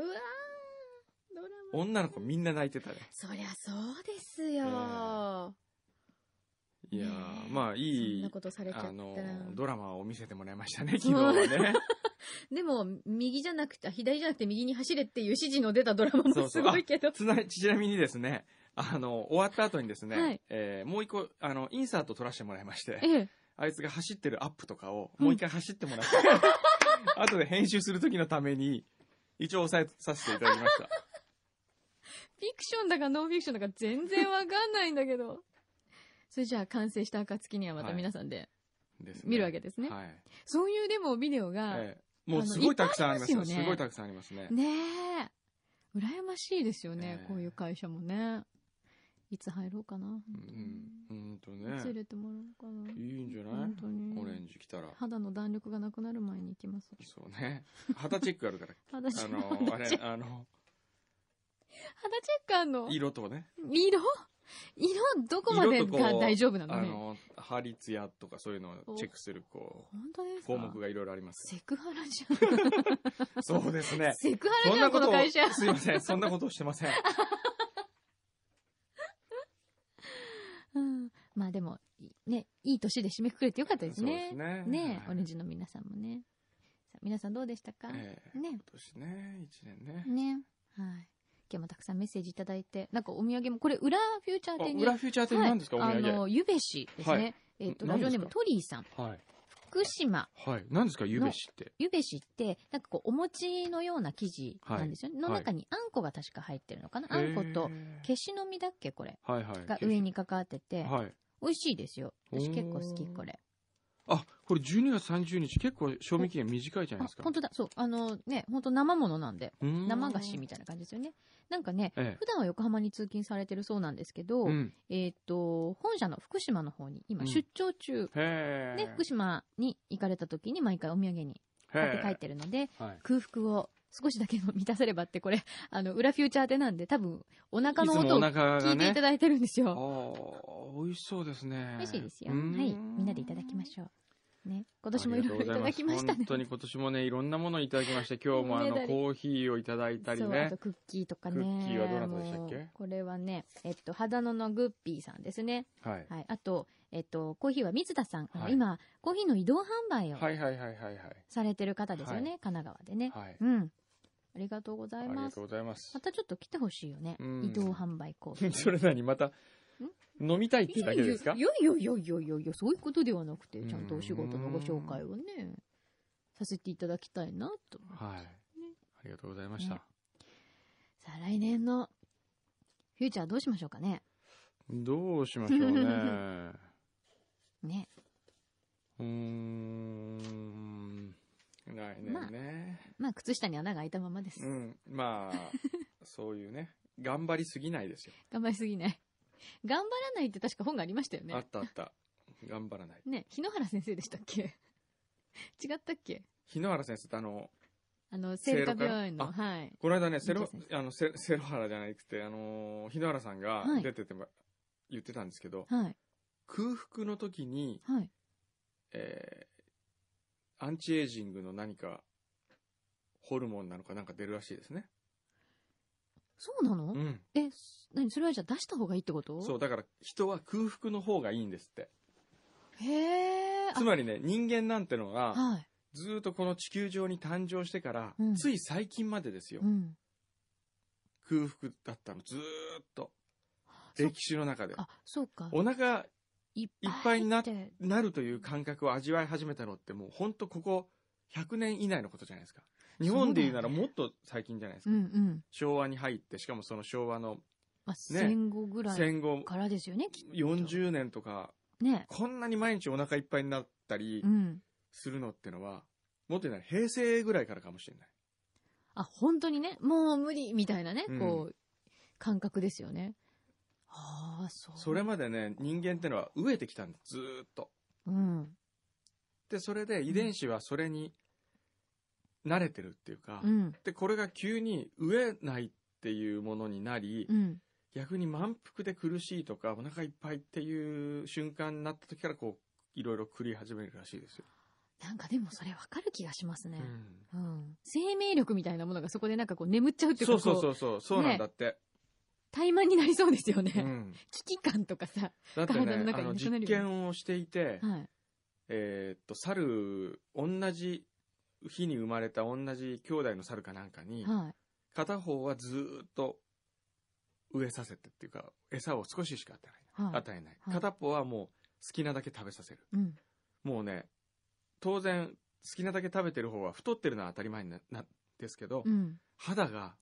Speaker 3: ドラマ。
Speaker 2: 女の子みんな泣いてたね。
Speaker 3: そりゃそうですよ。
Speaker 2: いや
Speaker 3: ね
Speaker 2: ー、
Speaker 3: え
Speaker 2: まあ、い
Speaker 3: そん
Speaker 2: い
Speaker 3: な、ことされちゃった
Speaker 2: あ
Speaker 3: ら。
Speaker 2: の、ドラマを見せてもらいましたね、昨日はね。
Speaker 3: でも、右じゃなくて、あ左じゃなくて右に走れっていう指示の出たドラマもすごいけど。
Speaker 2: つなちなみにですね、あの、終わった後にですね、
Speaker 3: はい
Speaker 2: えーもう一個、あの、インサート撮らせてもらいまして、
Speaker 3: ええ。
Speaker 2: あいつが走ってるアップとかを、もう一回走ってもらって、 後で編集する時のために、一応押さえさせていただきました。
Speaker 3: フィクションだかノンフィクションだか全然わかんないんだけど。 それじゃあ完成した暁にはまた皆さんで
Speaker 2: ですね
Speaker 3: 見るわけですね。
Speaker 2: はい。
Speaker 3: そういうでもビデオが、
Speaker 2: ええもうすごいたくさんありま
Speaker 3: あ
Speaker 2: すよ。
Speaker 3: のいっぱいありますよね
Speaker 2: すごいたくさんありますね。
Speaker 3: ねえ。羨ましいですよね、
Speaker 2: ええ
Speaker 3: こういう会社もね。いつ入ろうかな。
Speaker 2: うん。うんと
Speaker 3: いつ入
Speaker 2: ね。
Speaker 3: れてもらおうかな。
Speaker 2: いいんじゃない
Speaker 3: 本当に。
Speaker 2: オレンジ来たら。
Speaker 3: 肌の弾力がなくなる前に行きます。
Speaker 2: そうね。肌チェックあ るから。
Speaker 3: 肌チェ
Speaker 2: あ
Speaker 3: ック。
Speaker 2: の、あ
Speaker 3: 肌チ
Speaker 2: れ
Speaker 3: ェ、ック
Speaker 2: あの、
Speaker 3: 肌チェックあんの
Speaker 2: 色とね、
Speaker 3: 色色どこまで
Speaker 2: 色とこ
Speaker 3: が
Speaker 2: う
Speaker 3: 大丈夫なの
Speaker 2: あ
Speaker 3: ね。
Speaker 2: の、ハリツヤとかそういうのをチェックする、こ
Speaker 3: 本当で
Speaker 2: う、
Speaker 3: すか
Speaker 2: 項目がいろいろあります。
Speaker 3: セクハラじゃん。
Speaker 2: そうですね。
Speaker 3: セクハラ
Speaker 2: そん
Speaker 3: じゃ、
Speaker 2: なん
Speaker 3: こ
Speaker 2: こ
Speaker 3: の
Speaker 2: とを
Speaker 3: 会社。
Speaker 2: すいません、そんなことをしてません。
Speaker 3: うん。まあでも、いね、いい年で締めくくれてよかったです
Speaker 2: そうです
Speaker 3: ね。
Speaker 2: ね。
Speaker 3: ね
Speaker 2: はい
Speaker 3: オレンジの皆さんもね。さあ皆さんどうでしたか、
Speaker 2: ええ
Speaker 3: ね
Speaker 2: 今。年ね、一年ね。
Speaker 3: ね。はい。今日もたくさんメッセージいただいて、なんかお土産も、これ、裏フューチャー
Speaker 2: あ、
Speaker 3: 店に。
Speaker 2: 裏フューチャー店何ですか、
Speaker 3: は
Speaker 2: お
Speaker 3: い、
Speaker 2: 土
Speaker 3: あ
Speaker 2: 産。
Speaker 3: の、ゆべしですね。
Speaker 2: は
Speaker 3: えっ、と、
Speaker 2: ん
Speaker 3: ラジオネー
Speaker 2: 何
Speaker 3: ム
Speaker 2: ですか
Speaker 3: トリーさん。
Speaker 2: はい。
Speaker 3: 福島。
Speaker 2: はい。何ですか、ゆべしって。
Speaker 3: ゆべしって、なんかこう、お餅のような生地なんですよね。
Speaker 2: はい
Speaker 3: の中にあんこが確か入ってるのかな、あんこと、
Speaker 2: へ
Speaker 3: 消しの実だっけこれ。
Speaker 2: ー、はいはい。
Speaker 3: が上にかかってて、
Speaker 2: はい。
Speaker 3: 美味しいですよ。私結構好き、
Speaker 2: おー
Speaker 3: これ。
Speaker 2: あ、これ12月30日、結構賞味期限短いじゃない
Speaker 3: あ
Speaker 2: です、か。
Speaker 3: 本当だ。そう。あのね、本当生ものなんで。
Speaker 2: うーん
Speaker 3: 生菓子みたいな感じですよね。なんかね、
Speaker 2: え
Speaker 3: 普段は横浜に通勤されてるそうなんですけど、
Speaker 2: え。うん。
Speaker 3: えっ、と、本社の福島の方に今
Speaker 2: うん
Speaker 3: 出張中、
Speaker 2: へえ。
Speaker 3: で、福島に行かれた時に毎回お土産に買って帰っ
Speaker 2: へ
Speaker 3: てるので、
Speaker 2: え。はい。
Speaker 3: 空腹を少しだけでも満たせればって、これ、 あの、裏フューチャーでなんで多分お腹の
Speaker 2: いつも
Speaker 3: 音
Speaker 2: お
Speaker 3: を
Speaker 2: 腹が
Speaker 3: 聞いてい
Speaker 2: ね
Speaker 3: た。だいてるんです
Speaker 2: ああ
Speaker 3: よ。
Speaker 2: ー、美味しそうですね。
Speaker 3: 美味しいですよ。
Speaker 2: う
Speaker 3: は
Speaker 2: ー
Speaker 3: い。
Speaker 2: ん
Speaker 3: みんなでいただきましょう。ね。今年もいろいろいただきました
Speaker 2: ありがとうございす本
Speaker 3: ね。
Speaker 2: 当に今年もね、いろんなものいただきま して、今日もあ
Speaker 3: ね
Speaker 2: の、
Speaker 3: だり
Speaker 2: コーヒーをいただいたり
Speaker 3: そう、あ
Speaker 2: ね
Speaker 3: と。クッキーとかね。
Speaker 2: クッキーはどなたでしたっけ
Speaker 3: もうこれはね、えっと、肌野のグッピーさんですね。
Speaker 2: はい。
Speaker 3: はい。あと、えっと、コーヒーは水田さん。あの
Speaker 2: はい
Speaker 3: 今、コーヒーの移動販売を
Speaker 2: はいはいはいはいはい。
Speaker 3: されてる方ですよね。神奈川でね。
Speaker 2: はい。
Speaker 3: うん。ありがとうござ
Speaker 2: あ
Speaker 3: い
Speaker 2: り
Speaker 3: ま
Speaker 2: が
Speaker 3: す
Speaker 2: とう。ございます
Speaker 3: ま。たちょっと来てほしいよね。
Speaker 2: うん
Speaker 3: 移動販売コーヒー。
Speaker 2: それなにまた、飲みたいってだけですか
Speaker 3: いやいやいやいやいやいや、そういうことではなくて、
Speaker 2: うん
Speaker 3: ちゃんとお仕事のご紹介をね、させていただきたいなと。
Speaker 2: はい。ありがとうございました。
Speaker 3: さあ、来年のフューチャーどうしましょうかね。
Speaker 2: どうしまし ょうね。
Speaker 3: ね。
Speaker 2: うーん。来
Speaker 3: まあ
Speaker 2: 年ね。
Speaker 3: まあ、靴下に穴が開いたままです。
Speaker 2: うん。まあ、そういうね。頑張りすぎないですよ。
Speaker 3: 頑張りすぎない。頑張らないって確か本がありましたよ
Speaker 2: あっ
Speaker 3: ね。
Speaker 2: たあった。頑張らない。
Speaker 3: ね、日野原先生でしたっけ違ったっけ
Speaker 2: 日野原先生ってあの、
Speaker 3: あの、聖
Speaker 2: 聖路
Speaker 3: 華
Speaker 2: か
Speaker 3: 病院の、
Speaker 2: あ
Speaker 3: はい。
Speaker 2: この間ね、セロ
Speaker 3: 先、
Speaker 2: あの、セ セロ原じゃなくて、あのー、日野原さんが
Speaker 3: はい
Speaker 2: 出てても、言ってたんですけど、
Speaker 3: はい。
Speaker 2: 空腹の時に、
Speaker 3: はい。
Speaker 2: えーアンチエイジングの何か、ホルモンなのかなんか出るらしいですね。
Speaker 3: そうなの、
Speaker 2: うん。
Speaker 3: え、す何それはじゃあ出した方がいいってこと
Speaker 2: そう、だから人は空腹の方がいいんですって。
Speaker 3: へえ。
Speaker 2: つ
Speaker 3: り、
Speaker 2: まりね、人間なんてのは、
Speaker 3: はい。
Speaker 2: ずーっとこの地球上に誕生してから、
Speaker 3: うん
Speaker 2: つい最近までですよ
Speaker 3: う。ん。
Speaker 2: 空腹だったの、ずーっと。
Speaker 3: そ
Speaker 2: 歴史の中で。
Speaker 3: あ、そうか。
Speaker 2: お腹
Speaker 3: いっ
Speaker 2: いっぱいになって
Speaker 3: て。
Speaker 2: なるという感覚を味わい始めたのってもうほんとここ100年以内のことじゃないですか。日本で言うなら
Speaker 3: そうだ
Speaker 2: も
Speaker 3: よ
Speaker 2: っと最近じゃないです
Speaker 3: う
Speaker 2: か。
Speaker 3: んうん。
Speaker 2: 昭和に入って、しかもその昭和の
Speaker 3: まあ、戦後ぐらい
Speaker 2: 戦後
Speaker 3: からですよね、きっと。
Speaker 2: 40年とか、
Speaker 3: ね。
Speaker 2: こんなに毎日お腹いっぱいになったり
Speaker 3: うん。
Speaker 2: するのってのは、もっと言うなら平成ぐらいからかもしれない。
Speaker 3: あ、本当にね、もう無理みたいなね、
Speaker 2: うん
Speaker 3: こう、感覚ですよね。ああ、そう。
Speaker 2: それまでね、人間ってのは飢えてきたんです、ずーっと。
Speaker 3: うん。
Speaker 2: で、それで遺伝子はそれに慣れてるっていうか、
Speaker 3: うん。
Speaker 2: で、これが急に飢えないっていうものになり、
Speaker 3: うん。
Speaker 2: 逆に満腹で苦しいとか、お腹いっぱいっていう瞬間になった時から、こう、いろいろ繰り始めるらしいですよ。
Speaker 3: なんかでもそれわかる気がしますね。
Speaker 2: うん
Speaker 3: うん。生命力みたいなものがそこでなんかこう眠っちゃうっていう
Speaker 2: そ
Speaker 3: か、
Speaker 2: うそう
Speaker 3: こ
Speaker 2: そうそう、そうなんだって。
Speaker 3: 怠慢になりそうですよね。
Speaker 2: うん
Speaker 3: 危機感とかさ。
Speaker 2: だって
Speaker 3: 体の
Speaker 2: ね、
Speaker 3: 中
Speaker 2: あ
Speaker 3: に
Speaker 2: の
Speaker 3: なくなるよね
Speaker 2: 実験をしていて、
Speaker 3: はい。
Speaker 2: えーっと、猿、同じ日に生まれた同じ兄弟の猿かなんかに、
Speaker 3: は
Speaker 2: 片方はずーっと植えさせてっていうか、餌を少ししか与えない。
Speaker 3: はい
Speaker 2: 与えない。
Speaker 3: はい
Speaker 2: 片方はもう好きなだけ食べさせる。
Speaker 3: い。うん。
Speaker 2: もうね、当然、好きなだけ食べてる方は太ってるのは当たり前な、なんですけど、
Speaker 3: うん。
Speaker 2: 肌が、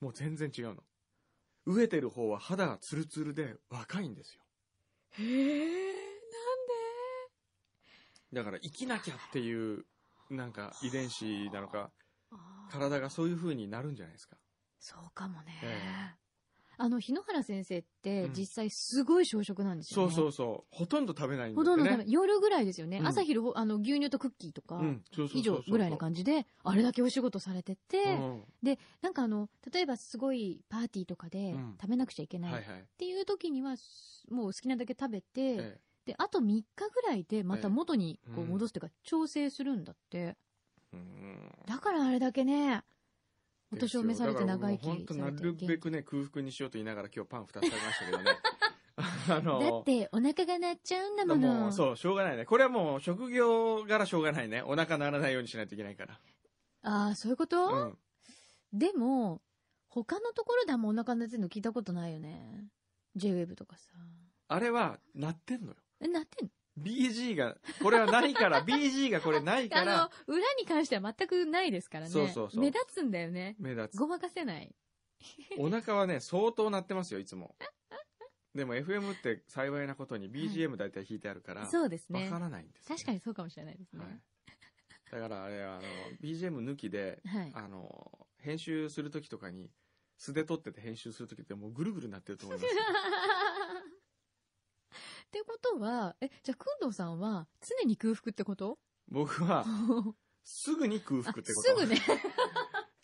Speaker 2: もう全然違うの。植えてる方は肌がツルツルで若いんですよ。
Speaker 3: へえ、
Speaker 2: だから生きなきゃっていう、なんか遺伝子なのか、
Speaker 3: なんで
Speaker 2: 体がそういう風になるんじゃないですか。
Speaker 3: そうかもね。
Speaker 2: え
Speaker 3: あの、日野原先生って
Speaker 2: うん
Speaker 3: 実際すごい小食なんです
Speaker 2: そ
Speaker 3: よ
Speaker 2: う
Speaker 3: ね。
Speaker 2: そううそう。ほとんど食べないん
Speaker 3: ほ
Speaker 2: だってね。
Speaker 3: とんど食べ、夜ぐらいですよね。
Speaker 2: うん
Speaker 3: 朝昼ほ、あの、牛乳とクッキーとか、
Speaker 2: うん、そうそう
Speaker 3: 以上ぐらいな感じで、あれだけお仕事されてて、
Speaker 2: じ
Speaker 3: なんかあの、例えばすごいパーティーとかで
Speaker 2: うん
Speaker 3: 食べなくちゃいけ
Speaker 2: は
Speaker 3: ないい
Speaker 2: は
Speaker 3: っ
Speaker 2: い。
Speaker 3: ていう時には、すもう好きなだけ食べて、
Speaker 2: え
Speaker 3: で、あと3日ぐらいでまた元にこう
Speaker 2: うん
Speaker 3: 戻すというか、調整するんだって。
Speaker 2: えうん
Speaker 3: だからあれだけね、お
Speaker 2: です
Speaker 3: 年
Speaker 2: よ
Speaker 3: を召されて
Speaker 2: だから
Speaker 3: 長
Speaker 2: もう
Speaker 3: 生きされ
Speaker 2: 本当
Speaker 3: て
Speaker 2: なるべ
Speaker 3: る。
Speaker 2: くね、空腹にしようと言いながら今日パン2つ食べましたけどね。あ
Speaker 3: だ
Speaker 2: の、
Speaker 3: ってお腹が鳴っちゃうんだも
Speaker 2: も
Speaker 3: の。
Speaker 2: うそう、しょうがないね。これはもう職業柄しょうがないね。お腹ならないようにしないといけないから。
Speaker 3: ああ、そういうこと、
Speaker 2: うん。
Speaker 3: でも、他のところであんまお腹鳴ってるの聞いたことないよね。JWEB とかさ。
Speaker 2: あれは、なってんのよ。
Speaker 3: え、鳴ってんの
Speaker 2: BG が、これはないから、BG がこれないか
Speaker 3: あの、
Speaker 2: ら、
Speaker 3: 裏に関しては全くないですからね。
Speaker 2: そうそうそう
Speaker 3: 目立つんだよね。
Speaker 2: 目立つ。
Speaker 3: ごまかせない。
Speaker 2: お腹はね、相当なってますよ、いつも。でも FM って幸いなことに BGM 大体弾いてあるから、
Speaker 3: そうです
Speaker 2: わ
Speaker 3: ね。
Speaker 2: からないんですよね、
Speaker 3: 確かにそうかもしれないですね。
Speaker 2: はい。だからあれ、あの、BGM 抜きで、
Speaker 3: はい。
Speaker 2: あの、編集するときとかに、素で撮ってて編集するときってもうぐるぐるなってると思 いますよ。
Speaker 3: ってことは、え、じゃあ、くんどうさんは常に空腹ってこと
Speaker 2: 僕は、すぐに空腹ってこと。
Speaker 3: あすぐね。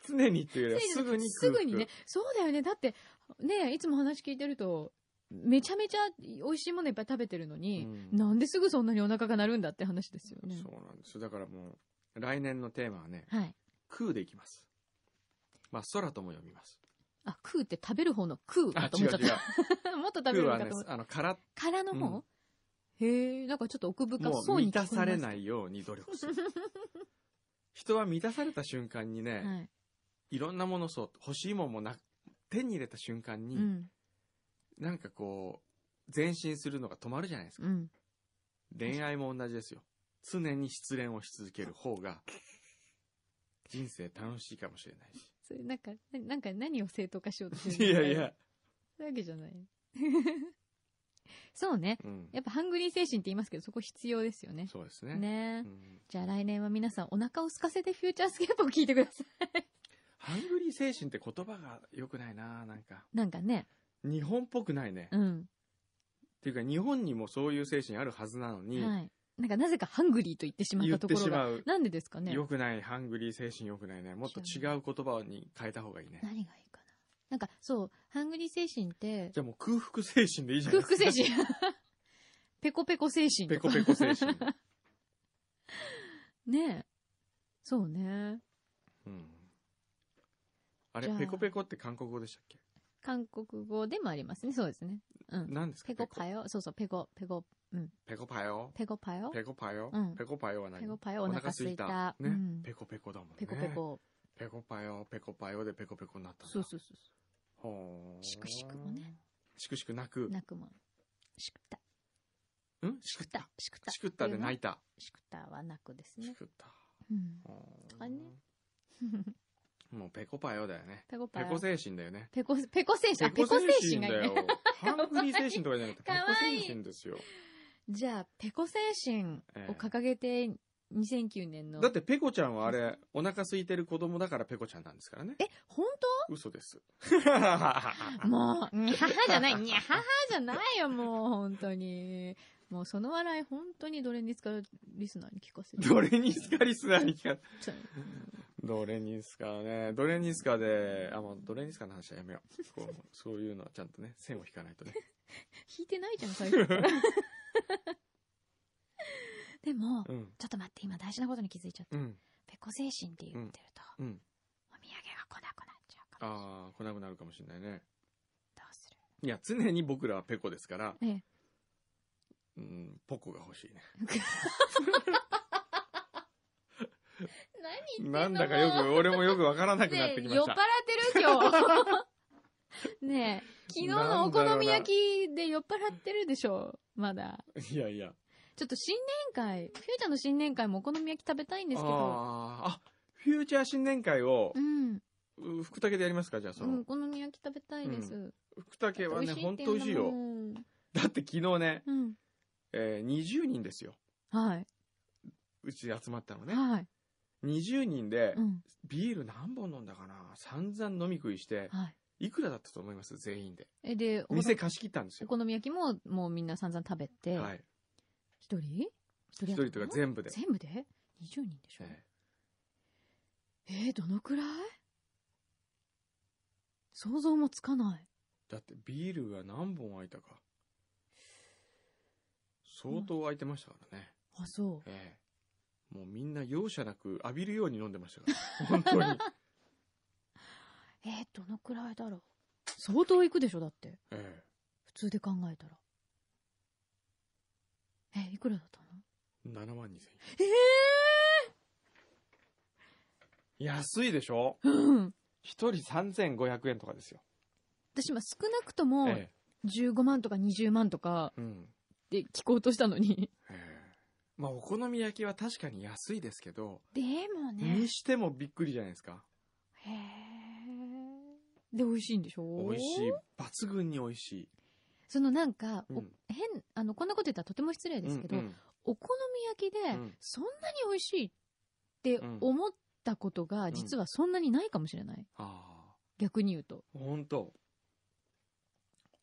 Speaker 2: 常にっていうよりは、すぐに
Speaker 3: す
Speaker 2: 空腹。
Speaker 3: ぐにね。そうだよね。だって、ね、いつも話聞いてると、めちゃめちゃ美味しいものいっぱい食べてるの
Speaker 2: う
Speaker 3: に、
Speaker 2: ん
Speaker 3: なんですぐそんなにお腹が鳴るんだって話ですよね。
Speaker 2: そうなんですよ。だからもう、来年のテーマはね、
Speaker 3: はい。
Speaker 2: 空でいきます。まあ、空とも読みます。
Speaker 3: あ、空って食べる方の空
Speaker 2: あ
Speaker 3: だ、と
Speaker 2: 違
Speaker 3: 思っ
Speaker 2: う
Speaker 3: ちゃっ
Speaker 2: 違う。
Speaker 3: た。 もっと食べ
Speaker 2: 空
Speaker 3: るの
Speaker 2: は
Speaker 3: か
Speaker 2: ね
Speaker 3: と思っ、た。
Speaker 2: あの、から、
Speaker 3: 殻の方、
Speaker 2: うん
Speaker 3: へえ、なんかちょっと奥深
Speaker 2: も
Speaker 3: そううに聞こえ
Speaker 2: 満た
Speaker 3: ます
Speaker 2: されないように努力 する。人は満たされた瞬間にね、
Speaker 3: はい。
Speaker 2: いろんなものそう、欲しいもんもな、手に入れた瞬間に、
Speaker 3: うん。
Speaker 2: なんかこう、前進するのが止まるじゃないですか。
Speaker 3: うん。
Speaker 2: 恋愛も同じですよ。常に失恋をし続ける方が、人生楽しいかもしれないし。
Speaker 3: それなんか、ななんか何を正当化しようとしてるん
Speaker 2: い
Speaker 3: ですか
Speaker 2: やい。や、
Speaker 3: そういうわけじゃない。 そうね。
Speaker 2: うん。
Speaker 3: やっぱハングリー精神って言いますけど、そこ必要ですよね。
Speaker 2: そうです
Speaker 3: ね
Speaker 2: ね。うん
Speaker 3: じゃあ来年は皆さんお腹を空かせてフューチャースケープを聞いてくださ
Speaker 2: ハングリー精神って言葉が良くないななんか。
Speaker 3: い。なんかね。
Speaker 2: 日本っぽくないね。
Speaker 3: う
Speaker 2: っ
Speaker 3: ん。
Speaker 2: ていうか、日本にもそういう精神あるはずなのに、
Speaker 3: はい。なんかなぜかハングリーと言ってしまっ
Speaker 2: 言
Speaker 3: たと
Speaker 2: っ
Speaker 3: こ
Speaker 2: て
Speaker 3: ろ
Speaker 2: し
Speaker 3: が。
Speaker 2: まう。
Speaker 3: なんでですかね。
Speaker 2: 良くない、ハングリー精神良くないね。もっと違う言葉に変えた方がいいね。
Speaker 3: 何がいいかな。なんかそう、ハングリー精神って、
Speaker 2: じゃあもう空腹精神でいいじゃない
Speaker 3: 空
Speaker 2: ですか
Speaker 3: 腹。精神。 ペコペコ精神
Speaker 2: ペ
Speaker 3: とか。
Speaker 2: コペコ精神。
Speaker 3: ねえ。そうね。
Speaker 2: うん。あれ
Speaker 3: じゃ、あ
Speaker 2: ペコペコって韓国語でしたっけ
Speaker 3: 韓国語でもありますね。そうですね。うん。
Speaker 2: 何ですか
Speaker 3: ペコパヨ。そうそう、ペコ、ペコ、
Speaker 2: ペコパヨ
Speaker 3: ペコパヨ。
Speaker 2: ペコパヨ
Speaker 3: うん
Speaker 2: ペコパヨは何
Speaker 3: ペコパヨ、お腹すいた。う
Speaker 2: ね
Speaker 3: ん。。
Speaker 2: ペコペコだもんね。
Speaker 3: ペコペ。コ。
Speaker 2: ペコパヨ、ペコパヨでペコペコになったんだ
Speaker 3: そうそうそうそ
Speaker 2: ほー
Speaker 3: しくしくもね。
Speaker 2: しくしく泣く
Speaker 3: う。。泣くもん。しくた。
Speaker 2: んし
Speaker 3: し
Speaker 2: く
Speaker 3: く
Speaker 2: ったた。。
Speaker 3: しくた。
Speaker 2: しくったで泣いた。
Speaker 3: しくたは泣くです
Speaker 2: し
Speaker 3: ね。
Speaker 2: くった。
Speaker 3: うん。
Speaker 2: ほー
Speaker 3: とかね
Speaker 2: もうペコパよだよね。
Speaker 3: ペコパ
Speaker 2: ペコ精神だよね。
Speaker 3: ペコ、ペコ精神、あ、ペコ精神がいいね
Speaker 2: だよ。。ハングリー精神とかじゃなくて、ペ
Speaker 3: かわいい
Speaker 2: コ精神ですよ。
Speaker 3: じゃあ、ペコ精神を掲げて、2009年の。
Speaker 2: だってペコちゃんはあれ、お腹空いてる子供だからペコちゃんなんですからね。
Speaker 3: え、本
Speaker 2: 嘘です。
Speaker 3: 当 もう、にゃははじゃない、にゃははじゃないよ、もう、本当に。もう、その笑い、本当にどれに使うリスナーに聞かせて。
Speaker 2: どれにすかリスナーに聞か、
Speaker 3: そう
Speaker 2: どれにすかね。どれにすかで、あ、もうどれにすかの話はやめよう。こう、そういうのはちゃんとね、線を引かないとね。
Speaker 3: 弾いてないじゃん、最初から。 でも、
Speaker 2: うん。
Speaker 3: ちょっと待って、今大事なことに気づいちゃった。
Speaker 2: うん。
Speaker 3: ペコ精神って言ってると、
Speaker 2: うん。
Speaker 3: お土産が来なくなっちゃうから、
Speaker 2: ああ、来なくなるかもしれないね。
Speaker 3: どうする
Speaker 2: いや、常に僕らはペコですから、
Speaker 3: ええ
Speaker 2: うん、ポコが欲しいね。
Speaker 3: 何
Speaker 2: なんだかよく、俺もよくわからなくなっ
Speaker 3: ね
Speaker 2: てきま
Speaker 3: 酔っ
Speaker 2: し。
Speaker 3: 払ったてる今日。 ねえ、昨日のお好み焼きで酔っ払ってるでしょまだ。
Speaker 2: いやいや。
Speaker 3: ちょっと新年会、フューチャーの新年会もお好み焼き食べたいんですけど。
Speaker 2: あーあ、フューチャー新年会を
Speaker 3: う、ん。
Speaker 2: う福武でやりますかじゃあそ
Speaker 3: うん、
Speaker 2: の
Speaker 3: お。好み焼き食べたいです。
Speaker 2: う福武はね、ほんと美味しい
Speaker 3: よ
Speaker 2: よ。。だって昨日ね、
Speaker 3: うん。
Speaker 2: えー20人ですよ。
Speaker 3: はい。
Speaker 2: うち集まったのね。
Speaker 3: はい。
Speaker 2: 20人で
Speaker 3: う、ん。
Speaker 2: ビール何本飲んだかな散々飲み食いして、
Speaker 3: はい。
Speaker 2: いくらだったと思います全員で。
Speaker 3: え、で、お好
Speaker 2: 店貸し切ったんです
Speaker 3: お
Speaker 2: よ。
Speaker 3: 好み焼きももうみんな散々食べて、一、
Speaker 2: はい。
Speaker 3: 人一
Speaker 2: 一
Speaker 3: 頭
Speaker 2: 人とか全部で。
Speaker 3: 全部で ?20 人でしょ、
Speaker 2: え
Speaker 3: えー、どのくらい想像もつかない。
Speaker 2: ーだってビールが何本空いたか。相当空いてましたからね。
Speaker 3: あ、そ
Speaker 2: ええ。もうみんな容赦なく浴びるように飲んでま したから。本当に。
Speaker 3: う。えー、どのくらいだろう相当いくでしょだって。
Speaker 2: え
Speaker 3: 普通で考えたら。え、いくらだったの
Speaker 2: え。7万2000円。
Speaker 3: え
Speaker 2: 安いでしょ
Speaker 3: えー、うん。
Speaker 2: 一人3500円とかですよ。
Speaker 3: 私今少なくとも
Speaker 2: え
Speaker 3: 15万とか20万とか
Speaker 2: え。うん。
Speaker 3: で聞こうとしたのに。
Speaker 2: ええ。まあ、お好み焼きは確かに安いですけど、
Speaker 3: でも
Speaker 2: に。してもびっくりじゃないですか。
Speaker 3: へえ。で、美味しいんでしょ
Speaker 2: 美味しい。抜群に美味しい。
Speaker 3: そのなんか、お
Speaker 2: うん
Speaker 3: 変、あの、こんなこと言ったらとても失礼ですけど、
Speaker 2: うんうん
Speaker 3: お好み焼きで
Speaker 2: うん、
Speaker 3: そんなに美味しいって
Speaker 2: うん
Speaker 3: 思ったことが、
Speaker 2: ん
Speaker 3: 実はそんなにないかもしれない。
Speaker 2: あ
Speaker 3: 逆に言うと。
Speaker 2: あ、本当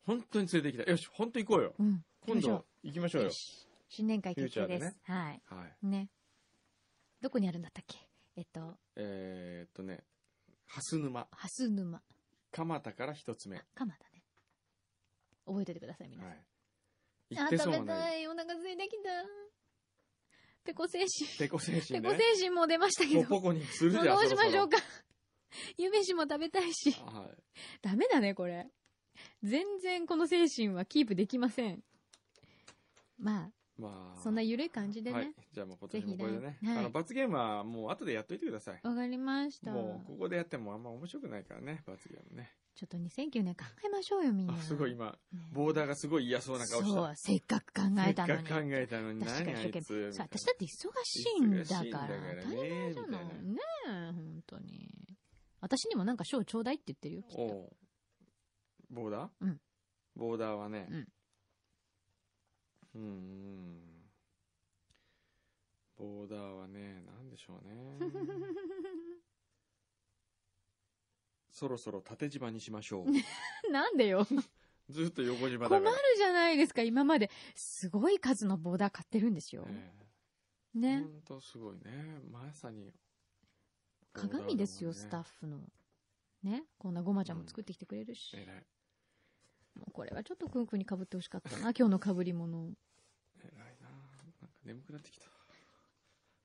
Speaker 2: 本当に連れてきた。よし、本当行こうよ。
Speaker 3: うん。
Speaker 2: 今
Speaker 3: 行きましょ
Speaker 2: 度行きましょ
Speaker 3: う
Speaker 2: うよ
Speaker 3: よ。し新年会決定で。
Speaker 2: フューチャーです
Speaker 3: はい。
Speaker 2: はい。
Speaker 3: ね。どこにあるんだったっけえっと、
Speaker 2: えーっとね、蓮沼。
Speaker 3: 蓮沼。
Speaker 2: 蒲田から一つ目。は
Speaker 3: 鎌だね。覚えておいてください、皆さん。
Speaker 2: い。行
Speaker 3: あ
Speaker 2: っ
Speaker 3: ー、
Speaker 2: てそ
Speaker 3: 食
Speaker 2: う
Speaker 3: べ
Speaker 2: もな
Speaker 3: た
Speaker 2: い。
Speaker 3: い。お腹空いてきた。ペコ精神。
Speaker 2: ペコ精
Speaker 3: ペ
Speaker 2: 神
Speaker 3: コ精
Speaker 2: ね。
Speaker 3: 神も出ましたけ
Speaker 2: ポ
Speaker 3: ど。
Speaker 2: ポコにするじゃん。
Speaker 3: どうしましょう
Speaker 2: か。
Speaker 3: か。 ゆめしも食べたいし。
Speaker 2: は
Speaker 3: ダメだね、これ。全然この精神はキープできません。ま
Speaker 2: い。ま
Speaker 3: あ、
Speaker 2: あ。
Speaker 3: そんな緩い感じで
Speaker 2: はい
Speaker 3: ね。。
Speaker 2: じゃあもう今年もこれでね
Speaker 3: ぜ。ひねは
Speaker 2: あ
Speaker 3: い
Speaker 2: の、罰ゲームはもう後でやっといてください。
Speaker 3: わ、かりました。
Speaker 2: もうここでやってもあんま面白くないからね、罰ゲームね。
Speaker 3: ちょっと2009年考えましょうよ、みんな。
Speaker 2: あ、すごい今、
Speaker 3: ね
Speaker 2: ボーダーがすごい嫌そうな顔した。
Speaker 3: そう、せっかく考えたのに。
Speaker 2: せっかく考えたのに、
Speaker 3: 私が
Speaker 2: 何あ
Speaker 3: 一生
Speaker 2: い
Speaker 3: 懸命
Speaker 2: つ。み
Speaker 3: そう
Speaker 2: たいな
Speaker 3: 私だって忙しいんだから。
Speaker 2: 忙しいんだから
Speaker 3: 当たり前
Speaker 2: ね
Speaker 3: じゃない。ね
Speaker 2: み
Speaker 3: え、本当に。私にもなんか賞ちょうだいって言ってるよ、きっと。
Speaker 2: おうボーダー
Speaker 3: うん
Speaker 2: ボーダーはね、
Speaker 3: うん
Speaker 2: うーん。ボーダーはね、なんでしょうね。 そろそろ縦じまにしま しょう。
Speaker 3: なんでよ。
Speaker 2: ずっと横じまだか
Speaker 3: 困
Speaker 2: ら。
Speaker 3: るじゃないですか、今まで。すごい数のボーダー買ってるんですよ。
Speaker 2: ええ
Speaker 3: ね
Speaker 2: ほ。んとすごいね。まさに。
Speaker 3: 鏡ですよ、スタッ
Speaker 2: フ。
Speaker 3: フの。ね。こんなごまちゃんも作ってきてくれるし。
Speaker 2: えらい。
Speaker 3: もうこれはちょっとくんくんに被ってほしかったな、今日の被り物。
Speaker 2: えらいななんか眠くなってきた。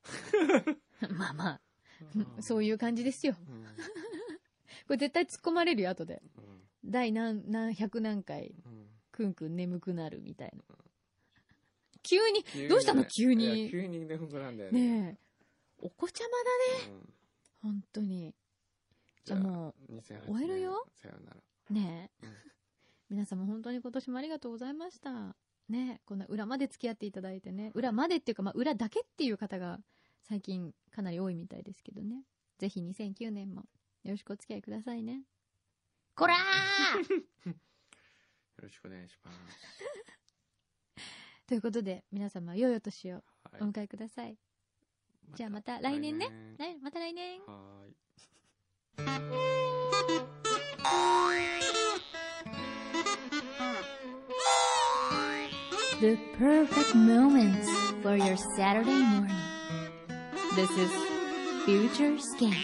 Speaker 3: まあまあ、 そういう感じですよ。
Speaker 2: うん。
Speaker 3: これ絶対突っ込まれるよ、後で。
Speaker 2: うん。
Speaker 3: 第何、何百何回、
Speaker 2: うん
Speaker 3: くんくん眠くなるみたいな。急に、
Speaker 2: 急にね
Speaker 3: どうしたの急
Speaker 2: いや
Speaker 3: に。
Speaker 2: 急に眠くなんだよね。
Speaker 3: ねえ。お子ちゃまだね、
Speaker 2: うん
Speaker 3: 本当に。じゃあも
Speaker 2: 2008年
Speaker 3: 終えるよ
Speaker 2: さよなら。
Speaker 3: う、ね え
Speaker 2: うん。
Speaker 3: 皆様本当に今年もありがとうございました。ねえ、こんな裏まで付き合っていただいてね。裏までっていうか、まあ裏だけっていう方が最近かなり多いみたいですけどね。ぜひ2009年もよろしくお付き合いくださいね。こらー
Speaker 2: ろしくお願いします。
Speaker 3: ということで、
Speaker 6: 皆様、良いお年を。
Speaker 2: はい
Speaker 3: お迎えください。じゃあまた来年ね来また来年
Speaker 2: はーい。
Speaker 3: The perfect moments for your Saturday morning. This is Future Scan.